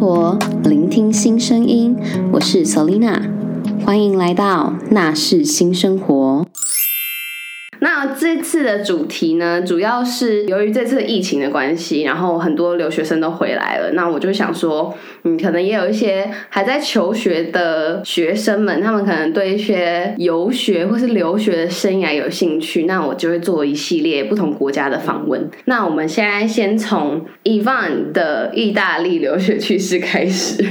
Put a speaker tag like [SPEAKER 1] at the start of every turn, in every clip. [SPEAKER 1] 活，聆听新声音。我是 Selina，欢迎来到那是新生活。那这次的主题呢，主要是由于这次疫情的关系，然后很多留学生都回来了。那我就想说，嗯，可能也有一些还在求学的学生们，他们可能对一些游学或是留学的生涯有兴趣。那我就会做一系列不同国家的访问。那我们现在先从 Ivan 的意大利留学趣事开始。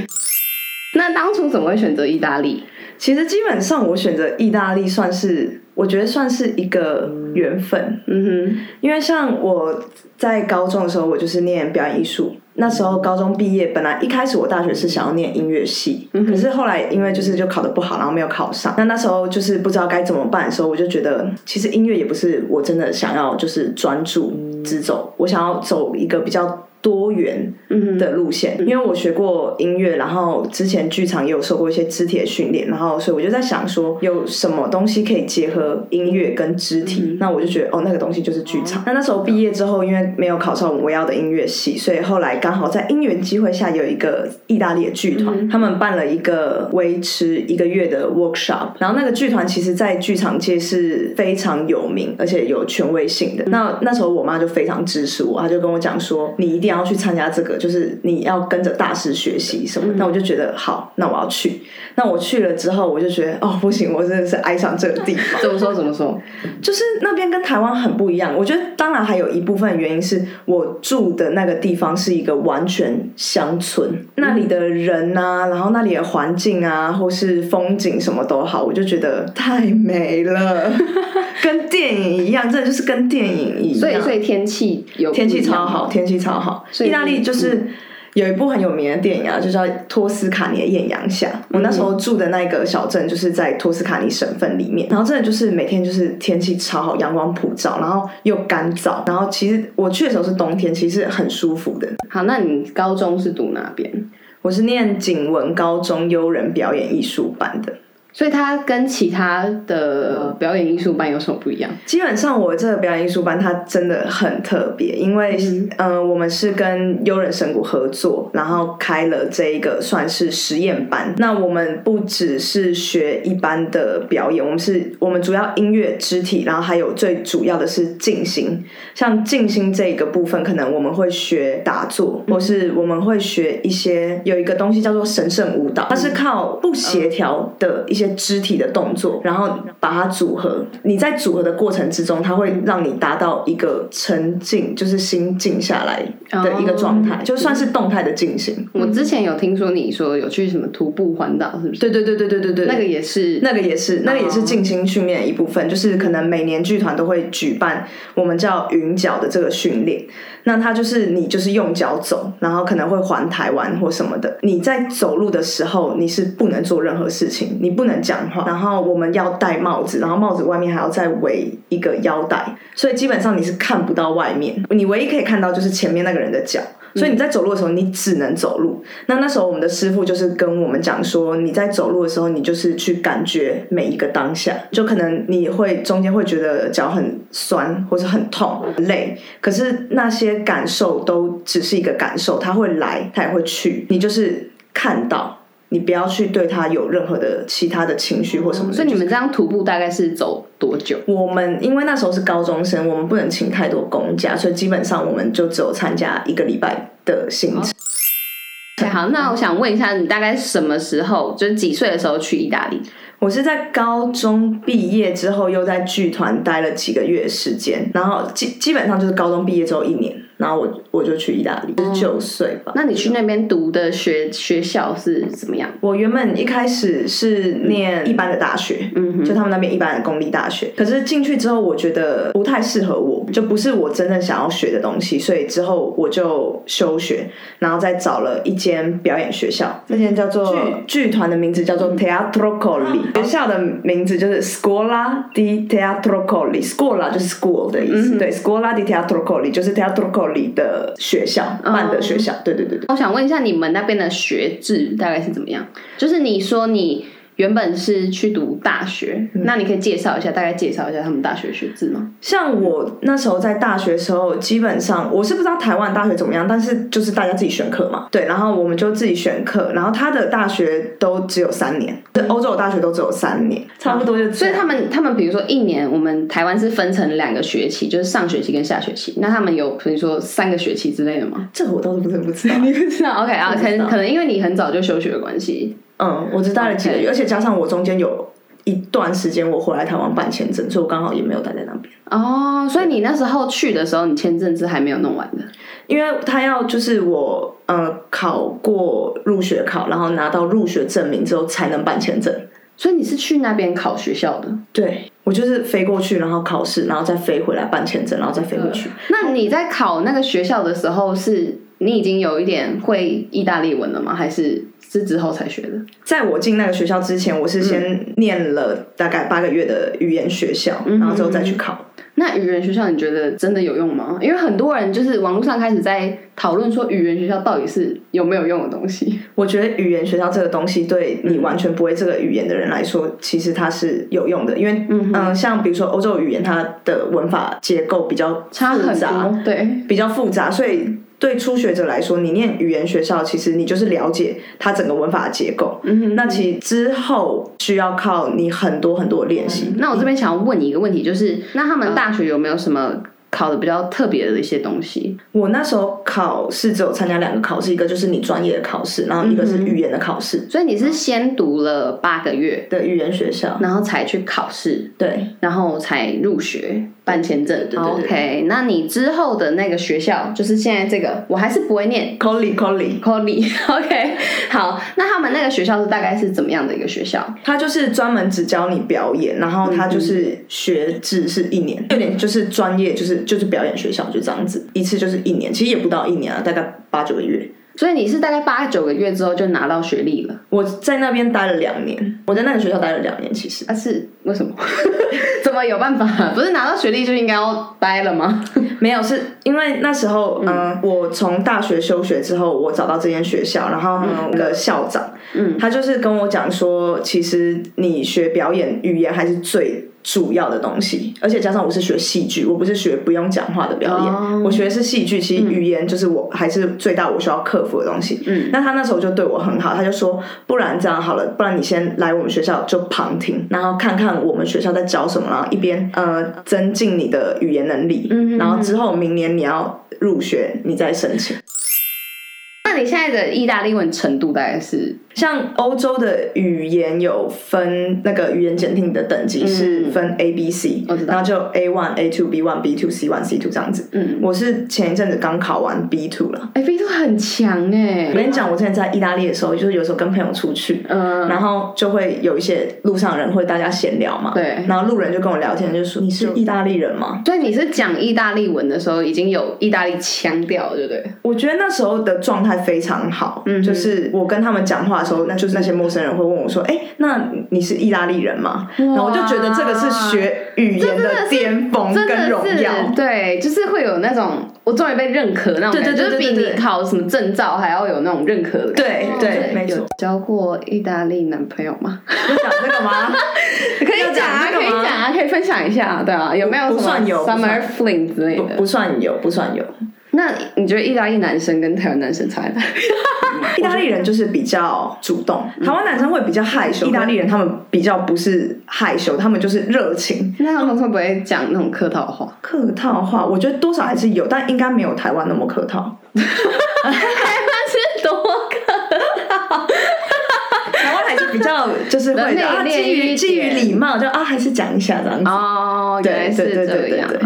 [SPEAKER 1] 那当初怎么会选择意大利？
[SPEAKER 2] 其实基本上我选择意大利算是，我觉得算是一个缘分，
[SPEAKER 1] 嗯
[SPEAKER 2] 因为像我在高中的时候，我就是念表演艺术。那时候高中毕业，本来一开始我大学是想要念音乐系，
[SPEAKER 1] 嗯
[SPEAKER 2] 可是后来因为就是就考得不好，然后没有考上。那那时候就是不知道该怎么办的时候，我就觉得其实音乐也不是我真的想要就是专注只走，我想要走一个比较多元的路线，因为我学过音乐，然后之前剧场也有受过一些肢体的训练，然后所以我就在想说有什么东西可以结合音乐跟肢体，那我就觉得哦那个东西就是剧场。那那时候毕业之后，因为没有考上我要的音乐系，所以后来刚好在因缘机会下有一个意大利的剧团，他们办了一个维持一个月的 workshop，然后那个剧团其实在剧场界是非常有名，而且有权威性的。那那时候我妈就非常支持我，她就跟我讲说，你一定要去参加这个，就是你要跟着大师学习什么。那我就觉得好，那我要去。那我去了之后，我就觉得哦，不行，我真的是爱上这个地方
[SPEAKER 1] 哼，。怎么说怎么说？
[SPEAKER 2] 就是那边跟台湾很不一样。我觉得当然还有一部分原因是我住的那个地方是一个完全乡村，那里的人啊，然后那里的环境啊，或是风景什么都好，我就觉得太美了， 跟电影一样，真的就是跟电影一样。
[SPEAKER 1] 所以所以天气有
[SPEAKER 2] 天气
[SPEAKER 1] 不一样
[SPEAKER 2] 超好，天气超好。
[SPEAKER 1] 嗯以
[SPEAKER 2] 意大利就是有一部很有名的电影啊，就叫《托斯卡尼的艳阳下》。我那时候住的那个小镇就是在托斯卡尼省份里面，然后真的就是每天就是天气超好，阳光普照，然后又干燥，然后其实我去的时候是冬天，其实很舒服的。
[SPEAKER 1] 好，那你高中是读哪边？
[SPEAKER 2] 我是念景文高中优人表演艺术班的。
[SPEAKER 1] 所以它跟其他的表演艺术班有什么不一样？
[SPEAKER 2] 基本上我这个表演艺术班它真的很特别，因为嗯、呃我们是跟优人神谷合作，然后开了这一个算是实验班。那我们不只是学一般的表演，我们是我们主要音乐、肢体，然后还有最主要的是静心。像静心这一个部分，可能我们会学打坐，或是我们会学一些有一个东西叫做神圣舞蹈，它是靠不协调的一些肢体的动作，然后把它组合。你在组合的过程之中，它会让你达到一个沉静，就是心静下来的一个状态，就算是动态的进行。
[SPEAKER 1] 我之前有听说你说有去什么徒步环岛，是不是？
[SPEAKER 2] 对对对对对对对，
[SPEAKER 1] 那个也是
[SPEAKER 2] 那个也是，那个也是静心训练的一部分，就是可能每年剧团都会举办我们叫云脚的这个训练。那它就是你就是用脚走，然后可能会环台湾或什么的。你在走路的时候，你是不能做任何事情，你不能讲话。然后我们要戴帽子，然后帽子外面还要再围一个腰带，所以基本上你是看不到外面，你唯一可以看到就是前面那个人的脚。
[SPEAKER 1] 嗯
[SPEAKER 2] 所以你在走路的时候，你只能走路。那那时候我们的师傅就是跟我们讲说，你在走路的时候，你就是去感觉每一个当下，就可能你会中间会觉得脚很酸或者很痛、很累，可是那些感受都只是一个感受，它会来，它也会去，你就是看到。你不要去对它有任何的其他的情绪或什么的
[SPEAKER 1] 嗯所以你们这样徒步大概是走多久？
[SPEAKER 2] 我们因为那时候是高中生，我们不能请太多公假，所以基本上我们就只有参加一个礼拜的行程。
[SPEAKER 1] 哦
[SPEAKER 2] 啊
[SPEAKER 1] 好，那我想问一下，你大概什么时候，就是几岁的时候去意大利？
[SPEAKER 2] 我是在高中毕业之后，又在剧团待了几个月时间，然后基基本上就是高中毕业之后一年，然后我我就去意大利，十九岁吧。
[SPEAKER 1] 哦那你去那边读的学学校是怎么样？
[SPEAKER 2] 我原本一开始是念一般的大学，嗯，就他们那边一般的公立大学。可是进去之后，我觉得不太适合我，就不是我真正想要学的东西，所以之后我就休学，然后再找了一间表演学校，那间叫做嗯啊剧剧团的名字叫做 Teatro Colli，、学校的名字就是 Scuola di Teatro Colli，Scuola 就是 school 的意思，对，Scuola di Teatro Colli 就是 Teatro Colli 的学校办的学校，对对对对。
[SPEAKER 1] 我想问一下，你们那边的学制大概是怎么样？就是你说你原本是去读大学，
[SPEAKER 2] 嗯
[SPEAKER 1] 那你可以介绍一下，大概介绍一下他们大学学制吗？
[SPEAKER 2] 像我那时候在大学的时候，基本上我是不知道台湾大学怎么样，但是就是大家自己选课嘛，对，然后我们就自己选课，然后他的大学都只有三年，对，欧洲的大学都只有三年，差不多就这
[SPEAKER 1] 所以
[SPEAKER 2] 样。
[SPEAKER 1] 他们他们比如说一年，我们台湾是分成两个学期，就是上学期跟下学期。那他们有比如说三个学期之类 的吗？
[SPEAKER 2] 这个我倒是不是不知道，
[SPEAKER 1] 你不 知道？OK 啊，
[SPEAKER 2] 不
[SPEAKER 1] 可
[SPEAKER 2] 知道
[SPEAKER 1] 能可能因为你很早就休学的关系，
[SPEAKER 2] 嗯，我只待了几个月，
[SPEAKER 1] OK
[SPEAKER 2] 而且加上我中间有一段时间我回来台湾办签证，所以我刚好也没有待在那边。
[SPEAKER 1] 哦，所以你那时候去的时候，你签证是还没有弄完的。
[SPEAKER 2] 因为他要就是我呃考过入学考，然后拿到入学证明之后才能办签证。
[SPEAKER 1] 所以你是去那边考学校的？
[SPEAKER 2] 对我就是飞过去，然后考试，然后再飞回来办签证，然后再飞回去。
[SPEAKER 1] 那你在考那个学校的时候是，你已经有一点会意大利文了吗？还是是之后才学的？
[SPEAKER 2] 在我进那个学校之前，我是先念了大概八个月的语言学校，
[SPEAKER 1] 嗯
[SPEAKER 2] 然后之后再去考。
[SPEAKER 1] 那语言学校你觉得真的有用吗？因为很多人就是网络上开始在讨论说语言学校到底是有没有用的东西。
[SPEAKER 2] 我觉得语言学校这个东西，对你完全不会这个语言的人来说，其实它是有用的，因为嗯、呃像比如说欧洲语言，它的文法结构比较
[SPEAKER 1] 差
[SPEAKER 2] 复
[SPEAKER 1] 很
[SPEAKER 2] 杂，
[SPEAKER 1] 多，对，
[SPEAKER 2] 比较复杂，所以对初学者来说，你念语言学校，其实你就是了解它整个文法的结构。
[SPEAKER 1] 嗯
[SPEAKER 2] 那其实之后需要靠你很多很多的练习。
[SPEAKER 1] 那我这边想要问你一个问题，就是那他们大学有没有什么考的比较特别的一些东西？
[SPEAKER 2] 我那时候考试只有参加两个考试，一个就是你专业的考试，然后一个是语言的考试
[SPEAKER 1] 所以你是先读了八个月，
[SPEAKER 2] 的语言学校。
[SPEAKER 1] 然后才去考试，
[SPEAKER 2] 对，
[SPEAKER 1] 然后才入学办签证。
[SPEAKER 2] 对对对
[SPEAKER 1] OK，那你之后的那个学校，就是现在这个，我还是不会念
[SPEAKER 2] c o l l y c o l l y
[SPEAKER 1] c o l y OK，好， 那他们那个学校是大概是怎么样的一个学校？
[SPEAKER 2] 他就是专门只教你表演，然后他就是学制是一年，有点就是专业，就是就是表演学校就这样子，一次就是一年，其实也不到一年啊，大概八九个月。
[SPEAKER 1] 所以你是大概八九个月之后就拿到学历了？
[SPEAKER 2] 我在那边待了两年，我在那个学校待了两年，其实
[SPEAKER 1] 啊，是为什么？ 怎么有办法？不是拿到学历就应该要掰了吗？
[SPEAKER 2] 没有，是因为那时候，嗯、我从大学休学之后，我找到这间学校，然后嗯，那个校长，嗯，他就是跟我讲说，其实你学表演语言还是最。主要的东西，而且加上我是学戏剧，我不是学不用讲话的表演
[SPEAKER 1] 哦
[SPEAKER 2] 我学的是戏剧。其实语言就是我、还是最大我需要克服的东西。嗯，那他那时候就对我很好，他就说，不然这样好了，不然你先来我们学校就旁听，然后看看我们学校在教什么，然后一边呃增进你的语言能力。
[SPEAKER 1] 嗯嗯嗯
[SPEAKER 2] 然后之后明年你要入学，你再申请。
[SPEAKER 1] 那你现在的意大利文程度大概是
[SPEAKER 2] 像欧洲的语言有分那个语言检定的等级是分 A、B、C，
[SPEAKER 1] 嗯我知道
[SPEAKER 2] 然后就 A one、A two、B one、B two、C one、C two 这样子。
[SPEAKER 1] 嗯，
[SPEAKER 2] 我是前一阵子刚考完 B two 了。
[SPEAKER 1] 哎，B two 很强哎、
[SPEAKER 2] 我跟你讲，我之前在意大利的时候，就是有时候跟朋友出去，
[SPEAKER 1] 嗯、
[SPEAKER 2] 然后就会有一些路上人会大家闲聊嘛，
[SPEAKER 1] 对
[SPEAKER 2] 然后路人就跟我聊天，就说你是意大利人吗？
[SPEAKER 1] 所以你是讲意大利文的时候已经有意大利腔调了，对不对？
[SPEAKER 2] 我觉得那时候的状态非常好，
[SPEAKER 1] 嗯哼
[SPEAKER 2] 就是我跟他们讲话的时候，那就是那些陌生人会问我说：“哎、那你是意大利人吗？”然后我就觉得这个是学语言的巅峰
[SPEAKER 1] 真的
[SPEAKER 2] 跟荣
[SPEAKER 1] 是
[SPEAKER 2] 耀。
[SPEAKER 1] 对，就是会有那种我终于被认可那种感觉，
[SPEAKER 2] 对对对对
[SPEAKER 1] 就是
[SPEAKER 2] 对
[SPEAKER 1] 比
[SPEAKER 2] 对
[SPEAKER 1] 你考什么证照还要有那种认可的感觉。
[SPEAKER 2] 对对，没错
[SPEAKER 1] 有。交过意大利男朋友 吗？
[SPEAKER 2] 要讲这个 吗？
[SPEAKER 1] 可以讲啊，
[SPEAKER 2] 要
[SPEAKER 1] 可以
[SPEAKER 2] 这个吗
[SPEAKER 1] 讲啊，可以分享一下，对啊，有没有
[SPEAKER 2] 不不
[SPEAKER 1] 什
[SPEAKER 2] 算
[SPEAKER 1] 么
[SPEAKER 2] 有不
[SPEAKER 1] summer
[SPEAKER 2] 算
[SPEAKER 1] fling 之类
[SPEAKER 2] 不
[SPEAKER 1] 的？
[SPEAKER 2] 不算有，不算有。
[SPEAKER 1] 那你觉得意大利男生跟台湾男生差在哪 里？
[SPEAKER 2] 意大利人就是比较主动，台湾男生会比较害嗯羞，意大利人他们比较不是害羞，他们就是热情。
[SPEAKER 1] 那他们会不会讲那种客 套话？
[SPEAKER 2] 客套话，我觉得多少还是有，但应该没有台湾那么客套。
[SPEAKER 1] 那是多
[SPEAKER 2] 台湾还是比较就是
[SPEAKER 1] 人
[SPEAKER 2] 会
[SPEAKER 1] 类
[SPEAKER 2] 的啊，
[SPEAKER 1] 恋
[SPEAKER 2] 基
[SPEAKER 1] 一
[SPEAKER 2] 于基于
[SPEAKER 1] 点
[SPEAKER 2] 礼貌，就啊还是讲一下这样子。
[SPEAKER 1] 哦，原来是
[SPEAKER 2] 对对对
[SPEAKER 1] 这
[SPEAKER 2] 对
[SPEAKER 1] 样
[SPEAKER 2] 对。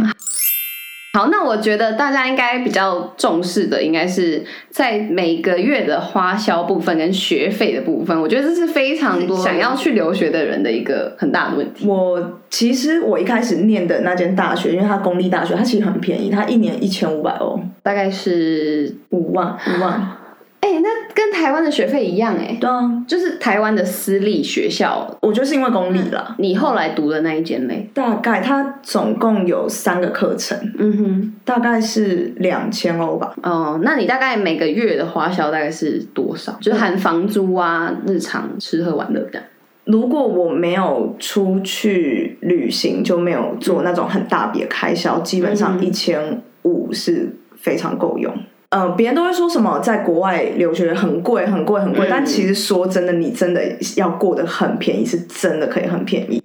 [SPEAKER 1] 好，那我觉得大家应该比较重视的，应该是在每个月的花销部分跟学费的部分。我觉得这是非常多想要去留学的人的一个很大的问题。
[SPEAKER 2] 我其实我一开始念的那间大学，因为它公立大学，它其实很便宜，它一年一千五百欧，
[SPEAKER 1] 大概是，
[SPEAKER 2] 五万五万。
[SPEAKER 1] 哎、那跟台湾的学费一样、哎，
[SPEAKER 2] 对啊，
[SPEAKER 1] 就是台湾的私立学校，
[SPEAKER 2] 我觉得是因为公立啦。
[SPEAKER 1] 你后来读的那一间嘞？
[SPEAKER 2] 大概它总共有三个课程，
[SPEAKER 1] 嗯
[SPEAKER 2] 大概是两千欧吧。
[SPEAKER 1] 哼，哦，那你大概每个月的花销大概是多少？就是含房租啊、日常吃喝玩乐这样。
[SPEAKER 2] 如果我没有出去旅行，就没有做那种很大笔的开销，基本上一千五是非常够用。呃，别人都会说什么在国外留学很贵、很贵、很贵，但其实说真的，你真的要过得很便宜，是真的可以很便宜。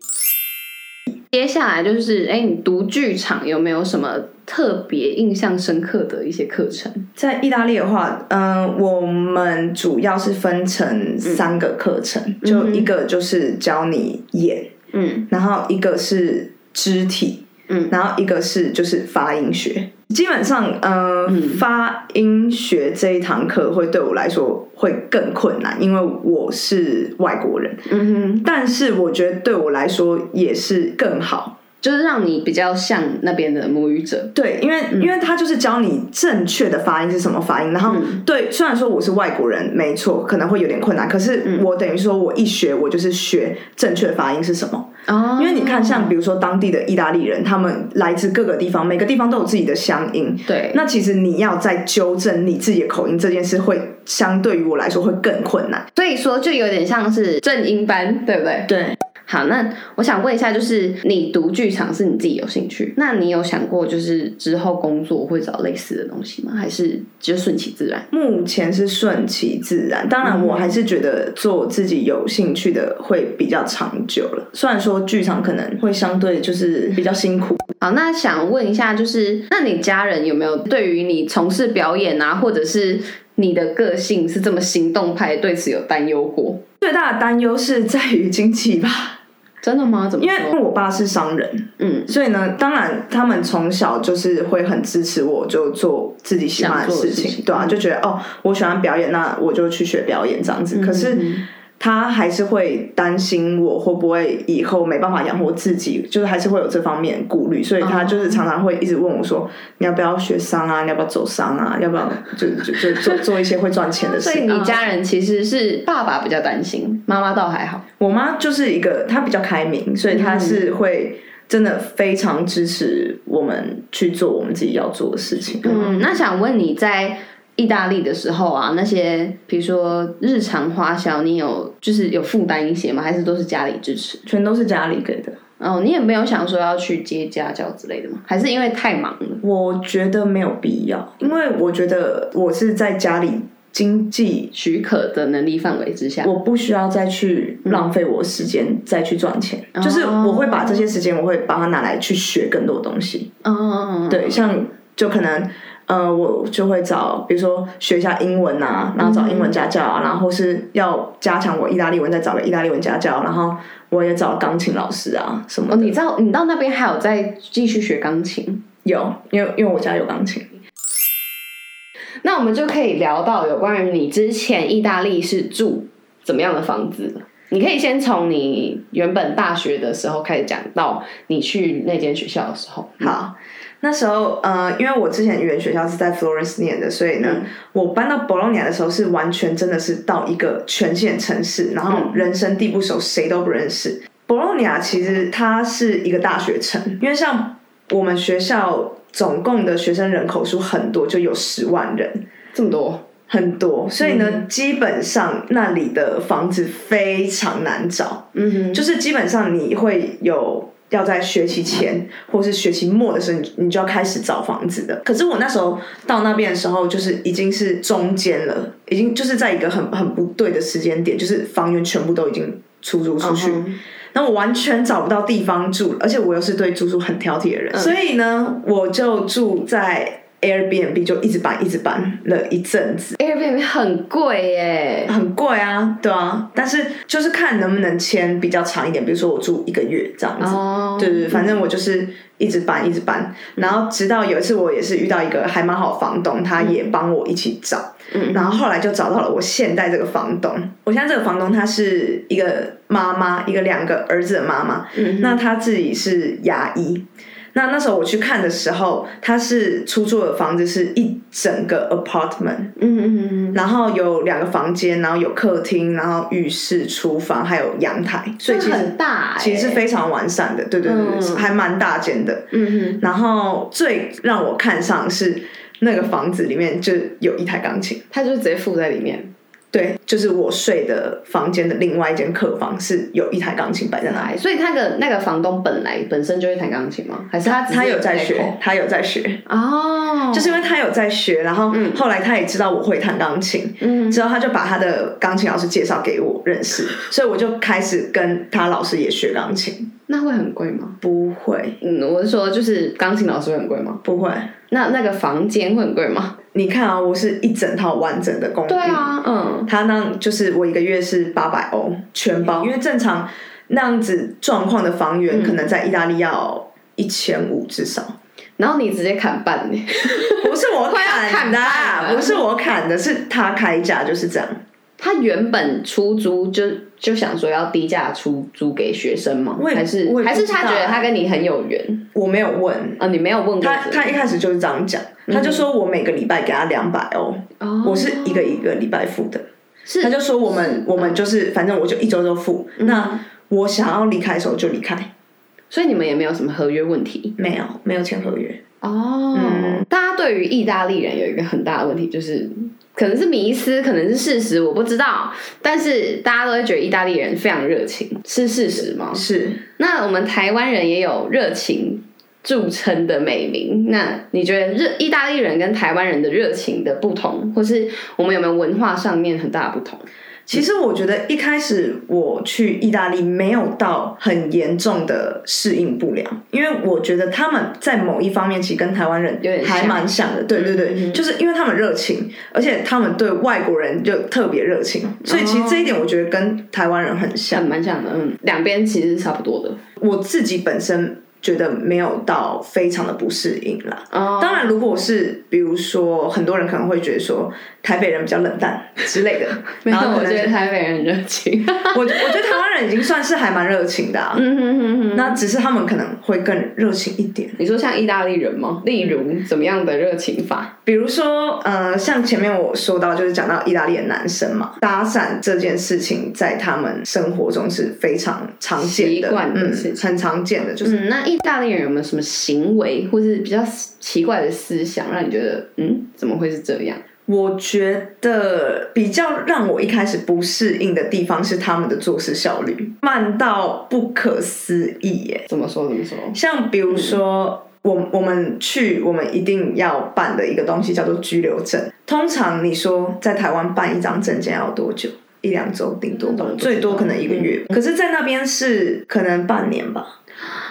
[SPEAKER 1] 接下来就是，哎、你读剧场有没有什么特别印象深刻的一些课程？
[SPEAKER 2] 在意大利的话，嗯、我们主要是分成三个课程，就一个就是教你演，
[SPEAKER 1] 嗯，
[SPEAKER 2] 然后一个是肢体，
[SPEAKER 1] 嗯
[SPEAKER 2] 然后一个是就是发音学。基本上，呃，
[SPEAKER 1] 嗯
[SPEAKER 2] 发音学这一堂课会对我来说会更困难，因为我是外国人。
[SPEAKER 1] 嗯哼，
[SPEAKER 2] 但是我觉得对我来说也是更好，
[SPEAKER 1] 就是让你比较像那边的母语者。
[SPEAKER 2] 对，因为、
[SPEAKER 1] 嗯
[SPEAKER 2] 因为他就是教你正确的发音是什么发音，然后、
[SPEAKER 1] 嗯
[SPEAKER 2] 对，虽然说我是外国人，没错，可能会有点困难，可是
[SPEAKER 1] 嗯
[SPEAKER 2] 我等于说我一学，我就是学正确的发音是什么。
[SPEAKER 1] 哦
[SPEAKER 2] 因为你看，像比如说当地的意大利人，他们来自各个地方，每个地方都有自己的乡音。
[SPEAKER 1] 对
[SPEAKER 2] 那其实你要再纠正你自己的口音这件事，会相对于我来说会更困难。
[SPEAKER 1] 所以说就有点像是正音班，对不对？
[SPEAKER 2] 对，
[SPEAKER 1] 好，那我想问一下，就是你读剧场是你自己有兴趣，那你有想过就是之后工作会找类似的东西吗？还是就顺其自然？
[SPEAKER 2] 目前是顺其自然，当然我还是觉得做自己有兴趣的会比较长久了。虽然说剧场可能会相对就是比较辛苦，
[SPEAKER 1] 好，那想问一下，就是那你家人有没有对于你从事表演啊，或者是你的个性是这么行动派，对此有担忧过？
[SPEAKER 2] 最大的担忧是在于经济吧，
[SPEAKER 1] 真的吗？怎么
[SPEAKER 2] 因为
[SPEAKER 1] 说？
[SPEAKER 2] 我爸是商人，
[SPEAKER 1] 嗯，
[SPEAKER 2] 所以呢，当然他们从小就是会很支持我，就做自己喜欢的事
[SPEAKER 1] 想做的
[SPEAKER 2] 情，
[SPEAKER 1] 事情嗯
[SPEAKER 2] 对啊，就觉得哦，我喜欢表演，那我就去学表演这样子。可
[SPEAKER 1] 嗯
[SPEAKER 2] 是他还是会担心我会不会以后没办法养活自己，就是还是会有这方面顾虑，所以
[SPEAKER 1] 哦
[SPEAKER 2] 他就是常常会一直问我说，你要不要学商啊？你要不要走商啊？要不要就就就做做一些会赚钱的事
[SPEAKER 1] 所？以你家人其实是爸爸比较担心，妈妈倒还好。
[SPEAKER 2] 我妈就是一个，她比较开明，所以她是会真的非常支持我们去做我们自己要做的事情。
[SPEAKER 1] 嗯，那想问你在意大利的时候啊，那些比如说日常花销，你有就是有负担一些吗？还是都是家里支持？
[SPEAKER 2] 全都是家里给的。
[SPEAKER 1] 哦，你也没有想说要去接家教之类的吗？还是因为太忙了？
[SPEAKER 2] 我觉得没有必要，因为我觉得我是在家里经济，
[SPEAKER 1] 许可的能力范围之下，
[SPEAKER 2] 我不需要再去浪费我时间再去赚钱，就是我会把这些时间，我会把它拿来去学更多东西。
[SPEAKER 1] 嗯，
[SPEAKER 2] 对，像就可能呃，我就会找，比如说学一下英文啊，然后找英文家教啊，
[SPEAKER 1] 嗯
[SPEAKER 2] 然后是要加强我意大利文，再找个意大利文家教，然后我也找钢琴老师啊什么
[SPEAKER 1] 哦，
[SPEAKER 2] 的。
[SPEAKER 1] 你知道你到那边还有在继续学钢琴，
[SPEAKER 2] 有，因为因为我家有钢琴。
[SPEAKER 1] 那我们就可以聊到有关于你之前意大利是住怎么样的房子了。你可以先从你原本大学的时候开始讲到你去那间学校的时候。
[SPEAKER 2] 好，那时候呃，因为我之前语言学校是在 Florence 念的，所以呢，我搬到 Bologna 的时候是完全真的是到一个全新的城市，然后人生地不熟，谁都不认识。Bologna 其实它是一个大学城，因为像我们学校总共的学生人口数很多，就有十万人。
[SPEAKER 1] 这么多，
[SPEAKER 2] 很多，所以呢，基本上那里的房子非常难找。
[SPEAKER 1] 嗯哼，
[SPEAKER 2] 就是基本上你会有要在学期前或是学期末的时候，你你就要开始找房子的。可是我那时候到那边的时候，就是已经是中间了，已经就是在一个很很不对的时间点，就是房源全部都已经出租
[SPEAKER 1] 嗯
[SPEAKER 2] 出去。那我完全找不到地方住，而且我又是对住宿很挑剔的人，所以呢，我就住在 Airbnb，就一直搬，一直搬了一阵子，
[SPEAKER 1] Airbnb 很贵耶，
[SPEAKER 2] 很贵啊，对啊，但是就是看能不能签比较长一点，比如说我住一个月这样子，
[SPEAKER 1] 哦
[SPEAKER 2] 嗯对对，对，反正我就是一直搬，一直搬，然后直到有一次我也是遇到一个还蛮好的房东，他也帮我一起找，然后后来就找到了我现在这个房东。我现在这个房东她是一个妈妈，一个两个儿子的妈妈，
[SPEAKER 1] 嗯
[SPEAKER 2] 那她自己是牙医。那那时候我去看的时候，她是出租的房子是一整个 apartment，
[SPEAKER 1] 嗯嗯嗯，
[SPEAKER 2] 然后有两个房间，然后有客厅，然后浴室、厨房，还有阳台，所以其
[SPEAKER 1] 这
[SPEAKER 2] 实
[SPEAKER 1] 很大耶，
[SPEAKER 2] 其实是非常完善的，对对对，对
[SPEAKER 1] 嗯
[SPEAKER 2] 还蛮大间的。
[SPEAKER 1] 嗯
[SPEAKER 2] 然后最让我看上是那个房子里面就有一台钢琴，
[SPEAKER 1] 哼，他就直接附在里面，
[SPEAKER 2] 对，就是我睡的房间的另外一间客房是有一台钢琴摆在那里。
[SPEAKER 1] 所以那个那个房东本来本身就会弹钢琴吗？还是他只是
[SPEAKER 2] 他有在学
[SPEAKER 1] 口，
[SPEAKER 2] 他有在学，
[SPEAKER 1] 哦，
[SPEAKER 2] 就是因为他有在学，然后
[SPEAKER 1] 嗯
[SPEAKER 2] 后来他也知道我会弹钢琴，
[SPEAKER 1] 嗯
[SPEAKER 2] 之后他就把他的钢琴老师介绍给我认识，所以我就开始跟他老师也学钢琴。
[SPEAKER 1] 那会很贵吗？
[SPEAKER 2] 不会，
[SPEAKER 1] 嗯，我是说就是钢琴老师会很贵吗？
[SPEAKER 2] 不会。
[SPEAKER 1] 那那个房间会很贵吗？
[SPEAKER 2] 你看啊，我是一整套完整的公寓，
[SPEAKER 1] 对啊，嗯，
[SPEAKER 2] 他那样就是我一个月是八百欧全包，因为正常那样子状况的房
[SPEAKER 1] 嗯
[SPEAKER 2] 源可能在意大利要一千五至少。
[SPEAKER 1] 然后你直接砍半呢？
[SPEAKER 2] 不是我
[SPEAKER 1] 快要
[SPEAKER 2] 砍
[SPEAKER 1] 砍
[SPEAKER 2] 的
[SPEAKER 1] 半
[SPEAKER 2] 啊，
[SPEAKER 1] 了
[SPEAKER 2] 不是我砍的，是他开价就是这样。
[SPEAKER 1] 他原本出租就就想说要低价出租给学生吗？
[SPEAKER 2] 我也
[SPEAKER 1] 还是
[SPEAKER 2] 我也不
[SPEAKER 1] 还是他
[SPEAKER 2] 知道
[SPEAKER 1] 觉得他跟你很有缘
[SPEAKER 2] 我没有问
[SPEAKER 1] 啊？你没有问过
[SPEAKER 2] 他，
[SPEAKER 1] 这个
[SPEAKER 2] 他一开始就是这样讲，他
[SPEAKER 1] 嗯
[SPEAKER 2] 就说我每个礼拜给他两百欧，
[SPEAKER 1] 哦
[SPEAKER 2] 我是一个一个礼拜付的。
[SPEAKER 1] 是
[SPEAKER 2] 他就说我们我们就是反正我就一周都付，
[SPEAKER 1] 嗯
[SPEAKER 2] 那我想要离开的时候就离开，
[SPEAKER 1] 所以你们也没有什么合约问题
[SPEAKER 2] 没有没有签合约。
[SPEAKER 1] 哦。大家对于意大利人有一个很大的问题，就是可能是迷思，可能是事实，我不知道。但是大家都会觉得意大利人非常热情，是事实吗？
[SPEAKER 2] 是
[SPEAKER 1] 那我们台湾人也有热情著称的美名，那你觉得热意大利人跟台湾人的热情的不同，或是我们有没有文化上面很大的不同？
[SPEAKER 2] 其实我觉得一开始我去意大利没有到很严重的适应不良，因为我觉得他们在某一方面其实跟台湾人
[SPEAKER 1] 有点像嗯
[SPEAKER 2] 还蛮像的，对对对，就是因为他们热情，而且他们对外国人就特别热情，所以其实这
[SPEAKER 1] 哦
[SPEAKER 2] 一点我觉得跟台湾人很像。
[SPEAKER 1] 很蛮像的，嗯，两边其实是差不多的。
[SPEAKER 2] 我自己本身觉得没有到非常的不适应啦。
[SPEAKER 1] 哦
[SPEAKER 2] 当然，如果是比如说，很多人可能会觉得说台北人比较冷淡之类的，
[SPEAKER 1] 没
[SPEAKER 2] 然
[SPEAKER 1] 有，
[SPEAKER 2] 后
[SPEAKER 1] 我
[SPEAKER 2] 可能
[SPEAKER 1] 觉得台北人很热情。
[SPEAKER 2] 我我觉得台湾人已经算是还蛮热情的、啊，
[SPEAKER 1] 嗯哼哼哼
[SPEAKER 2] 那只是他们可能会更热情一点。
[SPEAKER 1] 你说像意大利人吗？例如怎么样的热情法？
[SPEAKER 2] 比如说，呃，像前面我说到，就是讲到意大利的男生嘛，搭讪这件事情在他们生活中是非常常见的，
[SPEAKER 1] 习惯的事
[SPEAKER 2] 嗯，很常见的，就是
[SPEAKER 1] 嗯，那意大利人有没有什么行为或是比较奇怪的思想，让你觉得嗯，怎么会是这样？
[SPEAKER 2] 我觉得比较让我一开始不适应的地方是他们的做事效率慢到不可思议耶。
[SPEAKER 1] 怎么说？怎么说？
[SPEAKER 2] 像比如说，我我们去我们一定要办的一个东西叫做居留证。通常你说在台湾办一张证件要多久？一两周，顶多吧
[SPEAKER 1] 嗯
[SPEAKER 2] 最多可能一个月。可是，在那边是可能半年吧，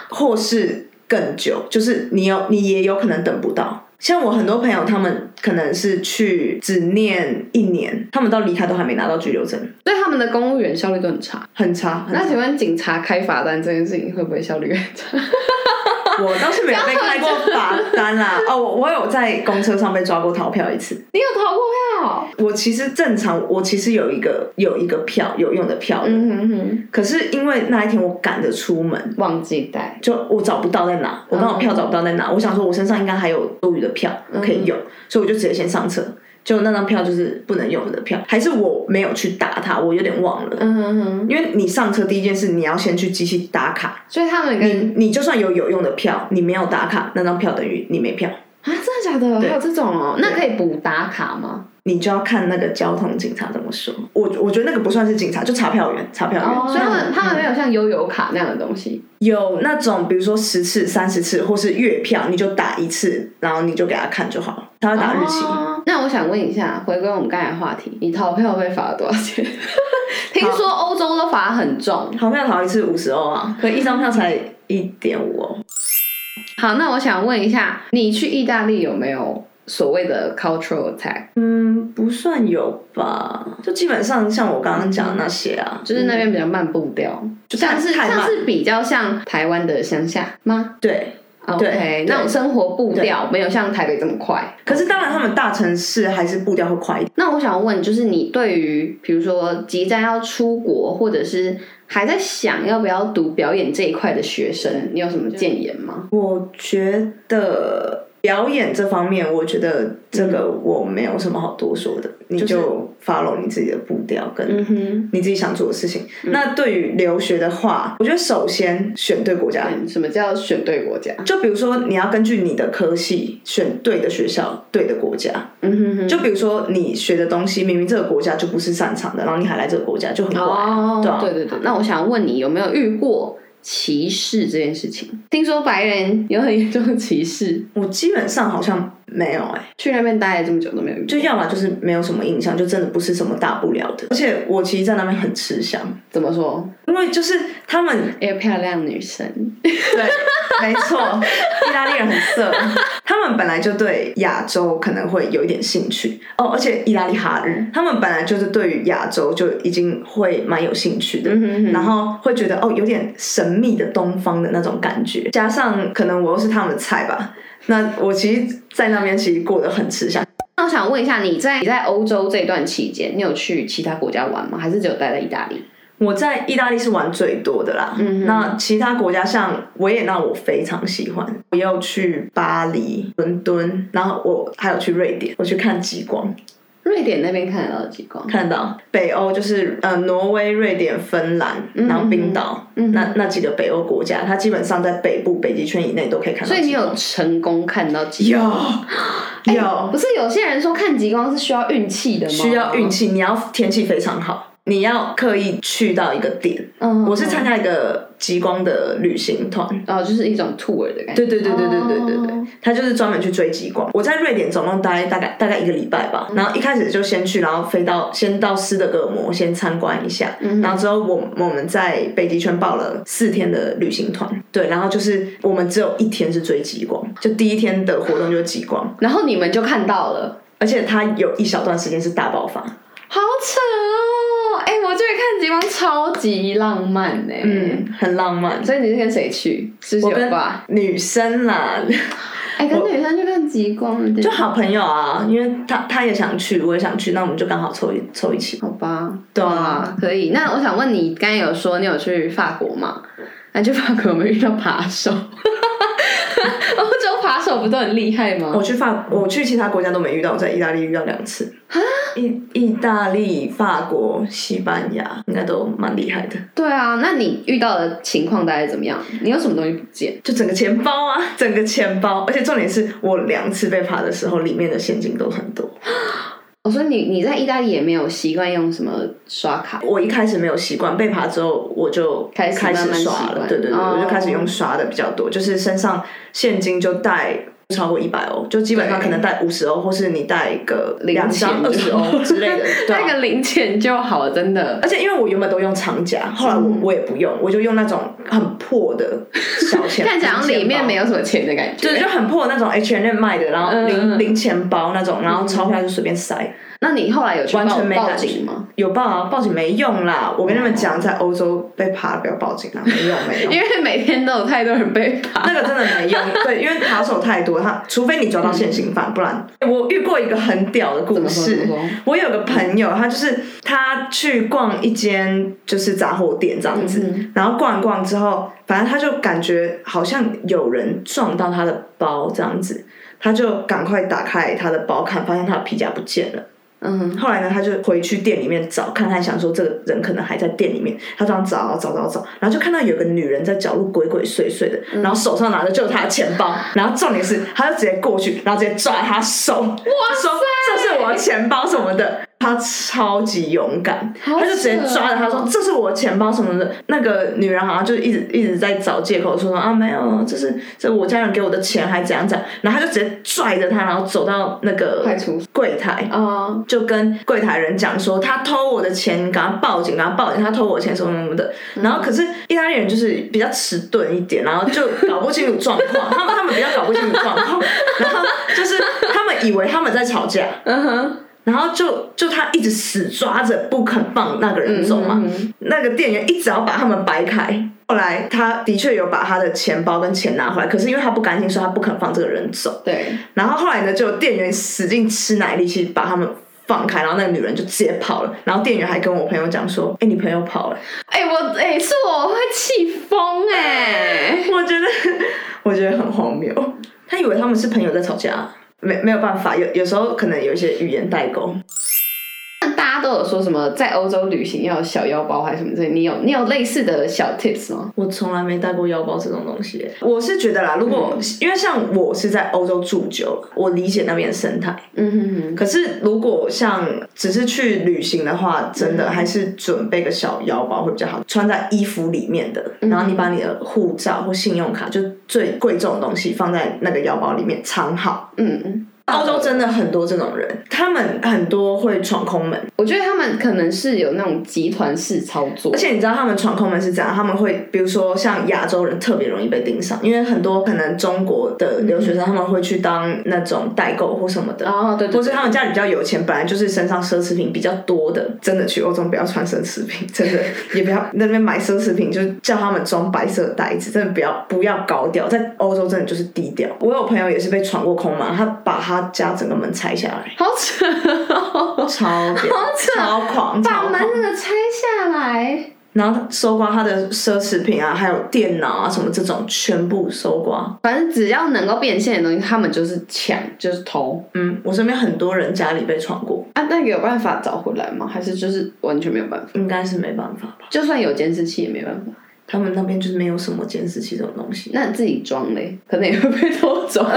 [SPEAKER 2] 或是更久，就是你有你也有可能等不到。像我很多朋友，他们可能是去只念一年，他们到离开都还没拿到居留证，
[SPEAKER 1] 对他们的公务员效率都很差。
[SPEAKER 2] 很差。很
[SPEAKER 1] 那
[SPEAKER 2] 差
[SPEAKER 1] 请问警察开罚单这件事情会不会效率很差？
[SPEAKER 2] 我倒是没有被开过罚单 啦。哦，我我有在公车上被抓过逃票一次。
[SPEAKER 1] 你有逃过票？
[SPEAKER 2] 我其实正常，我其实有一个有一个票有用的票的，
[SPEAKER 1] 嗯哼哼，
[SPEAKER 2] 可是因为那一天我赶着出门，
[SPEAKER 1] 忘记带。
[SPEAKER 2] 就我找不到在哪，我刚好票找不到在哪，
[SPEAKER 1] 嗯
[SPEAKER 2] 我想说我身上应该还有多余的票可以用，所以我就直接先上车。就那张票就是不能用的票，还是我没有去打它，我有点忘了。
[SPEAKER 1] 嗯哼哼，
[SPEAKER 2] 因为你上车第一件事，你要先去机器打卡。
[SPEAKER 1] 所以他们
[SPEAKER 2] 你
[SPEAKER 1] 跟
[SPEAKER 2] 你就算有有用的票，你没有打卡，那张票等于你没票，
[SPEAKER 1] 啊，真的假的？还有这种哦？那可以补打卡吗？
[SPEAKER 2] 你就要看那个交通警察怎么说。我我觉得那个不算是警察，就查票员，查票员。嗯
[SPEAKER 1] 所以哦他们他们没有像悠游卡那样的东西。
[SPEAKER 2] 有那种，比如说十次、三十次，或是月票，你就打一次，然后你就给他看就好了，他会打日期。
[SPEAKER 1] 哦那我想问一下，回归我们刚才的话题，你逃票被罚了多少钱？ 听说欧洲都罚很重。
[SPEAKER 2] 逃票逃一次五十欧啊，可一张票才一点五欧。
[SPEAKER 1] 好，那我想问一下，你去意大利有没有所谓的 cultural attack？
[SPEAKER 2] 嗯，不算有吧，就基本上像我刚刚讲的那些啊，
[SPEAKER 1] 就是那边比较慢步调，
[SPEAKER 2] 就
[SPEAKER 1] 嗯像是
[SPEAKER 2] 太
[SPEAKER 1] 像
[SPEAKER 2] 慢。
[SPEAKER 1] 是比较像台湾的乡下吗哦
[SPEAKER 2] 对，
[SPEAKER 1] ？OK，
[SPEAKER 2] 对
[SPEAKER 1] 那种生活步调没有像台北这么快。
[SPEAKER 2] 可是当然他们大城市还是步调会快一点。
[SPEAKER 1] 那我想问，就是你对于比如说即将要出国，或者是还在想要不要读表演这一块的学生，你有什么建言吗？
[SPEAKER 2] 我觉得表演这方面，我觉得这个我没有什么好多说的，你
[SPEAKER 1] 嗯就是
[SPEAKER 2] 就 follow 你自己的步调跟
[SPEAKER 1] 嗯哼，
[SPEAKER 2] 你自己想做的事情。那对于留学的话，我觉得首先选对国家，
[SPEAKER 1] 对什么叫选对国家？
[SPEAKER 2] 就比如说你要根据你的科系选对的学校、对的国家。
[SPEAKER 1] 嗯哼哼，
[SPEAKER 2] 就比如说你学的东西，明明这个国家就不是擅长的，然后你还来这个国家，就很怪啊、
[SPEAKER 1] 哦，
[SPEAKER 2] 对啊
[SPEAKER 1] 对对对。那我想问你，有没有遇过歧视这件事情？听说白人有很严重的歧视，
[SPEAKER 2] 我基本上好像没有哎、
[SPEAKER 1] 去那边待了这么久都没有遇过，
[SPEAKER 2] 就要么就是没有什么印象，就真的不是什么大不了的。而且我其实，在那边很吃香，
[SPEAKER 1] 怎么说？
[SPEAKER 2] 因为就是他们
[SPEAKER 1] 一个漂亮女生，
[SPEAKER 2] 对，没错，意大利人很色，他们本来就对亚洲可能会有一点兴趣哦，而且意大利哈人，他们本来就是对于亚洲就已经会蛮有兴趣的，
[SPEAKER 1] 嗯哼哼
[SPEAKER 2] 然后会觉得哦，有点神秘的东方的那种感觉，加上可能我又是他们的菜吧，那我其实，在那边其实过得很吃香。
[SPEAKER 1] 那我想问一下，你在你在欧洲这段期间，你有去其他国家玩吗？还是只有待在意大利？
[SPEAKER 2] 我在意大利是玩最多的啦，
[SPEAKER 1] 嗯哼
[SPEAKER 2] 那其他国家像维也纳，我非常喜欢，我又去巴黎、伦敦，然后我还有去瑞典，我去看极光，
[SPEAKER 1] 瑞典那边看得到极光，
[SPEAKER 2] 看得到北欧就是呃挪威、瑞典、芬兰，
[SPEAKER 1] 嗯
[SPEAKER 2] 然后冰岛，
[SPEAKER 1] 嗯哼
[SPEAKER 2] 那那几个北欧国家，它基本上在北部北极圈以内都可以看到
[SPEAKER 1] 所以你
[SPEAKER 2] 极光。
[SPEAKER 1] 有成功看到极
[SPEAKER 2] 有
[SPEAKER 1] 光？
[SPEAKER 2] 有、
[SPEAKER 1] 哎不是有些人说看极光是需要运气的吗？
[SPEAKER 2] 需要运。气，你要天气非常好，你要刻意去到一个点。
[SPEAKER 1] 嗯，
[SPEAKER 2] 我是参
[SPEAKER 1] 加
[SPEAKER 2] 加一个极光的旅行团。
[SPEAKER 1] 哦，就是一种 tour 的感觉。
[SPEAKER 2] 对对对对对对对对
[SPEAKER 1] 哦，
[SPEAKER 2] 他就是专门去追极光。我在瑞典总共待大概大概一个礼拜吧，
[SPEAKER 1] 嗯
[SPEAKER 2] 然后一开始就先去，然后飞到先到斯德哥尔摩先参观一下，
[SPEAKER 1] 嗯
[SPEAKER 2] 然后之后我我们在北极圈报了四天的旅行团，对，然后就是我们只有一天是追极光，就第一天的活动就是极光，
[SPEAKER 1] 然后你们就看到了，
[SPEAKER 2] 而且它有一小段时间是大爆发，
[SPEAKER 1] 好扯哦！哎、我觉得看极光超级浪漫呢、
[SPEAKER 2] 嗯，很浪漫。
[SPEAKER 1] 所以你是跟谁去？是不
[SPEAKER 2] 我
[SPEAKER 1] 是有
[SPEAKER 2] 跟
[SPEAKER 1] 吧？
[SPEAKER 2] 女生啦，
[SPEAKER 1] 哎、跟女生去看极光，
[SPEAKER 2] 就
[SPEAKER 1] 就
[SPEAKER 2] 好朋友啊，因为她她也想去，我也想去，那我们就刚好凑一凑一起。
[SPEAKER 1] 好吧？
[SPEAKER 2] 对啊
[SPEAKER 1] 哇，可以。那我想问你，刚才有说你有去法国吗？那你去法国有没有遇到扒手？ 欧洲扒手不都很厉害吗？
[SPEAKER 2] 我去法，我去其他国家都没遇到，我在意大利遇到两次。
[SPEAKER 1] 啊
[SPEAKER 2] 意意大利、法国、西班牙应该都蛮厉害的，
[SPEAKER 1] 对啊，那你遇到的情况大概怎么样？你有什么东西不见？
[SPEAKER 2] 就整个钱包啊，整个钱包，而且重点是我两次被扒的时候，里面的现金都很多。
[SPEAKER 1] 我说哦你你在意大利也没有习惯用什么刷卡，
[SPEAKER 2] 我一开始没有习惯，被扒之后我就
[SPEAKER 1] 开始
[SPEAKER 2] 始
[SPEAKER 1] 慢慢
[SPEAKER 2] 刷
[SPEAKER 1] 习
[SPEAKER 2] 了，
[SPEAKER 1] 惯
[SPEAKER 2] 对对对，
[SPEAKER 1] 哦
[SPEAKER 2] 我就开始用刷的比较多，就是身上现金就带。不超过一百欧，就基本上
[SPEAKER 1] 对
[SPEAKER 2] 可能带五十欧，或是你带个两张
[SPEAKER 1] 零
[SPEAKER 2] 二
[SPEAKER 1] 钱，
[SPEAKER 2] 十欧之类 的
[SPEAKER 1] 哦
[SPEAKER 2] 对、
[SPEAKER 1] 那
[SPEAKER 2] 啊。
[SPEAKER 1] 个零钱就好，真的。
[SPEAKER 2] 而且因为我原本都用长夹，
[SPEAKER 1] 嗯
[SPEAKER 2] 后来我我也不用，我就用那种很破的小钱，
[SPEAKER 1] 看起来好像里面没
[SPEAKER 2] 有，
[SPEAKER 1] 有什么钱的感觉。
[SPEAKER 2] 对，就很破的那种 H and M 卖的，然后
[SPEAKER 1] 嗯嗯
[SPEAKER 2] 零
[SPEAKER 1] 嗯
[SPEAKER 2] 零钱包那种，然后钞票就随便塞。
[SPEAKER 1] 那你后来有去报
[SPEAKER 2] 完全没
[SPEAKER 1] 报
[SPEAKER 2] 感觉
[SPEAKER 1] 警吗？
[SPEAKER 2] 有报啊，报警没用啦！我跟你们讲，在欧洲被扒不要报警啊，没用没用
[SPEAKER 1] 因，为每天都有太多人被扒。
[SPEAKER 2] 那个真的没 用。对，因为扒手太多，他除非你抓到现行犯，不然我遇过一个很屌的故
[SPEAKER 1] 嗯怎么说
[SPEAKER 2] 事
[SPEAKER 1] 怎么说。
[SPEAKER 2] 我有个朋友，他就是他去逛一间就是杂货店这样子，
[SPEAKER 1] 嗯
[SPEAKER 2] 然后逛一逛之后，反正他就感觉好像有人撞到他的包这样子，他就赶快打开他的包看，发现他的皮夹不见了。
[SPEAKER 1] 嗯，
[SPEAKER 2] 后来呢，他就回去店里面找，看他想说这个人可能还在店里面，他这样找找找找，然后就看到有个女人在角落鬼鬼祟祟的，
[SPEAKER 1] 嗯
[SPEAKER 2] 然后手上拿的就是她的钱包，然后重点是，他就直接过去，然后直接抓她手，哇说这是我的钱包什么的。他超级勇敢，
[SPEAKER 1] 好
[SPEAKER 2] 他就直接
[SPEAKER 1] 扯哦
[SPEAKER 2] 抓着他说：“这是我的钱包什么的。”那个女人好像就一直一直在找借口说说啊没有，这是这我家人给我的钱，还怎样怎样。然后他就直接拽着他，然后走到那个
[SPEAKER 1] 快出
[SPEAKER 2] 柜台，
[SPEAKER 1] 哦，
[SPEAKER 2] 就跟柜台人讲说他偷我的钱，赶快报警，赶快报警，他偷我的钱什么什么的。
[SPEAKER 1] 嗯
[SPEAKER 2] 然后可是意大利人就是比较迟钝一点，然后就搞不清楚状 况，他们他们比较搞不清楚状况，然后就是他们以为他们在吵架，
[SPEAKER 1] 嗯哼，
[SPEAKER 2] 然后就就他一直死抓着不肯放那个人走嘛，
[SPEAKER 1] 嗯嗯
[SPEAKER 2] 那个店员一直要把他们掰开。后来他的确有把他的钱包跟钱拿回来，可是因为他不甘心，所以他不肯放这个人走。
[SPEAKER 1] 对，
[SPEAKER 2] 然后后来呢，就有店员使劲吃奶力气把他们放开，然后那个女人就直接跑了。然后店员还跟我朋友讲说：“哎、你朋友跑了。
[SPEAKER 1] 哎、我哎、是我会气疯哎。”
[SPEAKER 2] 我觉得，我觉得很荒谬。他以为他们是朋友在吵架，没没有办法，有有时候可能有一些语言代沟。
[SPEAKER 1] 那大家都有说什么在欧洲旅行要有小腰包还是什么之类？你有你有类似的小 tips 吗？
[SPEAKER 2] 我从来没带过腰包这种东西。我是觉得啦，如果、因为像我是在欧洲住久了，我理解那边的生态。
[SPEAKER 1] 嗯哼哼，
[SPEAKER 2] 可是如果像只是去旅行的话，真的还是准备个小腰包会比较好，穿在衣服里面的。然后你把你的护照或信用卡，就最贵重的东西放在那个腰包里面藏好。
[SPEAKER 1] 嗯嗯，
[SPEAKER 2] 欧洲真的很多这种人，他们很多会闯空门，
[SPEAKER 1] 我觉得他们可能是有那种集团式操作
[SPEAKER 2] 而，且你知道他们闯空门是这样，他们会比如说像亚洲人特别容易被盯上，因为很多可能中国的留学生他们会去当那种代购或什么的，
[SPEAKER 1] 哦，对对
[SPEAKER 2] 或
[SPEAKER 1] 对
[SPEAKER 2] 是他们家里比较有钱，本来就是身上奢侈品比较多的，真的去欧洲不要穿奢侈品， 真的也不要那边买奢侈品，就是叫他们装白色袋子，真的不要不要高调，在欧洲真的就是低调。我有朋友也是被闯过空门，他把他家整个门拆下来，
[SPEAKER 1] 好扯哦，
[SPEAKER 2] 超屌
[SPEAKER 1] 好扯
[SPEAKER 2] 超狂，
[SPEAKER 1] 把
[SPEAKER 2] 超
[SPEAKER 1] 门
[SPEAKER 2] 狂
[SPEAKER 1] 那个拆下来，
[SPEAKER 2] 然后他搜刮他的奢侈品啊，还有电脑啊什么这种，全部搜刮。
[SPEAKER 1] 反正只要能够变现的东西，他们就是抢，就是偷。
[SPEAKER 2] 嗯，我身边很多人家里被闯过，
[SPEAKER 1] 啊，那个有办法找回来吗？还是就是完全没有办法？
[SPEAKER 2] 应该是没办法吧？
[SPEAKER 1] 就算有监视器也没办法，
[SPEAKER 2] 他们那边就是没有什么监视器这种东西。
[SPEAKER 1] 那自己装嘞，可能也会被偷走。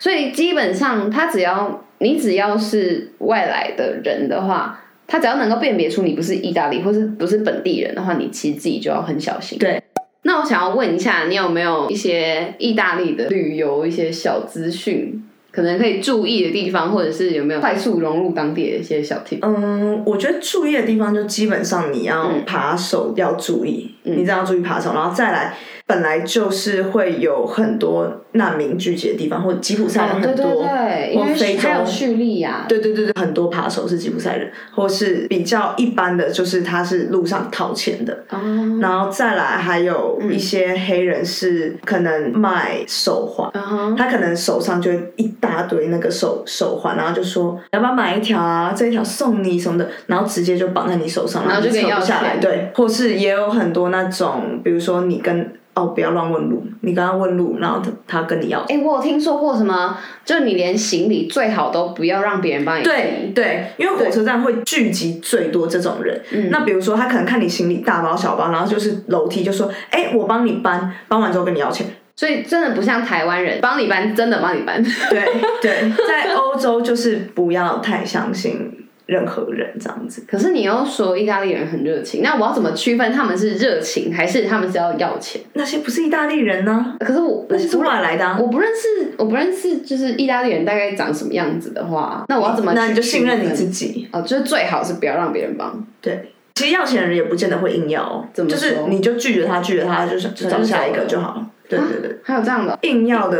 [SPEAKER 1] 所以基本上，他只要你只要是外来的人的话，他只要能够辨别出你不是意大利或是不是本地人的话，你其实自己就要很小心。
[SPEAKER 2] 对，
[SPEAKER 1] 那我想要问一下，你有没有一些意大利的旅游一些小资讯，可能可以注意的地方，或者是有没有快速融入当地的一些小 tip？
[SPEAKER 2] 嗯，我觉得注意的地方就基本上你要
[SPEAKER 1] 嗯
[SPEAKER 2] 扒手要注意，
[SPEAKER 1] 嗯
[SPEAKER 2] 你这样要注意扒手，然后再来，本来就是会有很多难民聚集的地方，或者吉普赛人
[SPEAKER 1] 哦对
[SPEAKER 2] 很
[SPEAKER 1] 对
[SPEAKER 2] 多，
[SPEAKER 1] 对，因
[SPEAKER 2] 或非
[SPEAKER 1] 为
[SPEAKER 2] 洲
[SPEAKER 1] 还有叙利亚，
[SPEAKER 2] 啊对对对对，很多扒手是吉普赛人，或是比较一般的，就是他是路上掏钱的，
[SPEAKER 1] 哦，
[SPEAKER 2] 然后再来还有一些黑人是可能卖手环。
[SPEAKER 1] 然后
[SPEAKER 2] 他可能手上就一大堆那个手手环，然后就说要不要买一条啊？这一条送你什么的，然后直接就绑在你手上，
[SPEAKER 1] 然后就
[SPEAKER 2] 你扯
[SPEAKER 1] 跟你要
[SPEAKER 2] 不下来。
[SPEAKER 1] 钱
[SPEAKER 2] 对，或是也有很多那种，比如说你跟哦不要乱问路，你跟他问路，然后他他跟你要。
[SPEAKER 1] 哎、我有听说过什么，就你连行李最好都不要让别人帮你
[SPEAKER 2] 对
[SPEAKER 1] 提，
[SPEAKER 2] 对，因为火车站会聚集最多这种人。
[SPEAKER 1] 嗯
[SPEAKER 2] 那比如说，他可能看你行李大包小包，然后就是楼梯就说：“哎、我帮你搬，搬完之后跟你要钱。”
[SPEAKER 1] 所以真的不像台湾人帮你搬，真的帮你搬。
[SPEAKER 2] 对对，在欧洲就是不要太相信任何人这样子。
[SPEAKER 1] 可是你又说意大利人很热情，那我要怎么区分他们是热情还是他们是要要钱？
[SPEAKER 2] 那些不是意大利人呢、
[SPEAKER 1] 可是我
[SPEAKER 2] 那是从哪来的、啊？
[SPEAKER 1] 我不认识，我不认识，就是意大利人大概长什么样子的话，那我要怎么去区分？
[SPEAKER 2] 那你就信任你自己。
[SPEAKER 1] 哦，就是最好是不要让别人帮，
[SPEAKER 2] 对，其实要钱的人也不见得会硬要哦，
[SPEAKER 1] 怎么
[SPEAKER 2] 就
[SPEAKER 1] 说
[SPEAKER 2] 是你就拒绝他，拒绝他，就是就找下一个就好了。对对对，
[SPEAKER 1] 还有这样的
[SPEAKER 2] 硬要的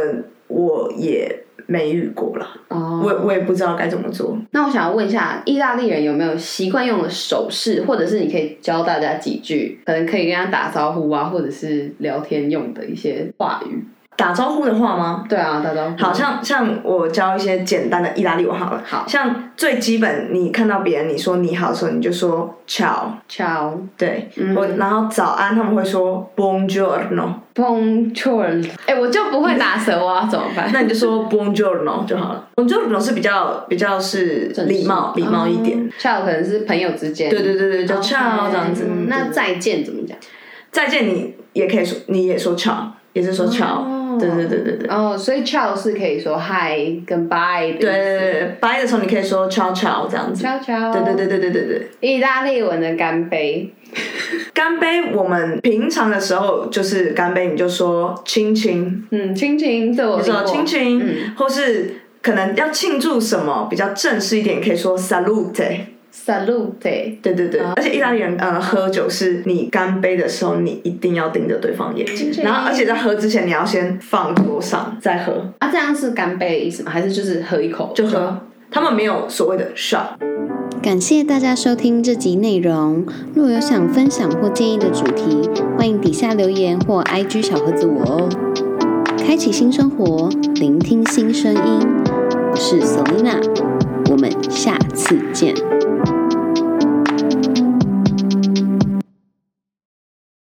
[SPEAKER 2] 我也没遇过啦，
[SPEAKER 1] 哦。
[SPEAKER 2] 我我也不知道该怎么做。
[SPEAKER 1] 那我想要问一下，意大利人有没有习惯用的手势，或者是你可以教大家几句，可能可以跟他打招呼啊，或者是聊天用的一些话语？
[SPEAKER 2] 打招呼的话吗？
[SPEAKER 1] 对啊，打招呼。
[SPEAKER 2] 好像像我教一些简单的意大利文好了，
[SPEAKER 1] 好
[SPEAKER 2] 像最基本，你看到别人你说你好的时候，你就说 ciao，
[SPEAKER 1] ciao
[SPEAKER 2] 对，
[SPEAKER 1] 嗯
[SPEAKER 2] 我然后早安他们会说 buongiorno，
[SPEAKER 1] buongiorno。哎、我就不会打舌啊，怎么办？
[SPEAKER 2] 那你就说 buongiorno 就好了。buongiorno 是比较比较是礼貌礼貌一点。
[SPEAKER 1] 哦 ciao 可能是朋友之间。
[SPEAKER 2] 对对对对，就 ciao 这样子。
[SPEAKER 1] 嗯那
[SPEAKER 2] 对
[SPEAKER 1] 再见怎么讲？
[SPEAKER 2] 再见你也可以说，你也说 ciao，也是说 ciao。对对对对对。
[SPEAKER 1] 哦，所以 ciao 是可以说 hi 跟 bye 的。
[SPEAKER 2] 对对对对呃拜的时候你可以说 ciao ciao 这样子。
[SPEAKER 1] ，ciao ciao。
[SPEAKER 2] 对对对对对对对。
[SPEAKER 1] 对，意大利文的干杯。
[SPEAKER 2] 干杯，我们平常的时候就是干杯，你就说亲亲。
[SPEAKER 1] 嗯，亲亲，这我
[SPEAKER 2] 说
[SPEAKER 1] 听过
[SPEAKER 2] 亲亲，
[SPEAKER 1] 嗯
[SPEAKER 2] 或是可能要庆祝什么比较正式一点，可以说 salute。
[SPEAKER 1] salute。欸
[SPEAKER 2] 对对对，而且意大利人呃喝酒是你干杯的时候，你一定要盯着对方眼睛，
[SPEAKER 1] 亲
[SPEAKER 2] 然后而且在喝之前你要先放桌上再喝，
[SPEAKER 1] 啊，这样是干杯的意思吗？还是就是喝一口
[SPEAKER 2] 就？喝。他们没有所谓的 shot，
[SPEAKER 3] 感谢大家收听这集内容。若有想分享或建议的主题，欢迎底下留言或 IG 小盒子我哦。开启新生活，聆听新声音，我是 Selina，我们下次见。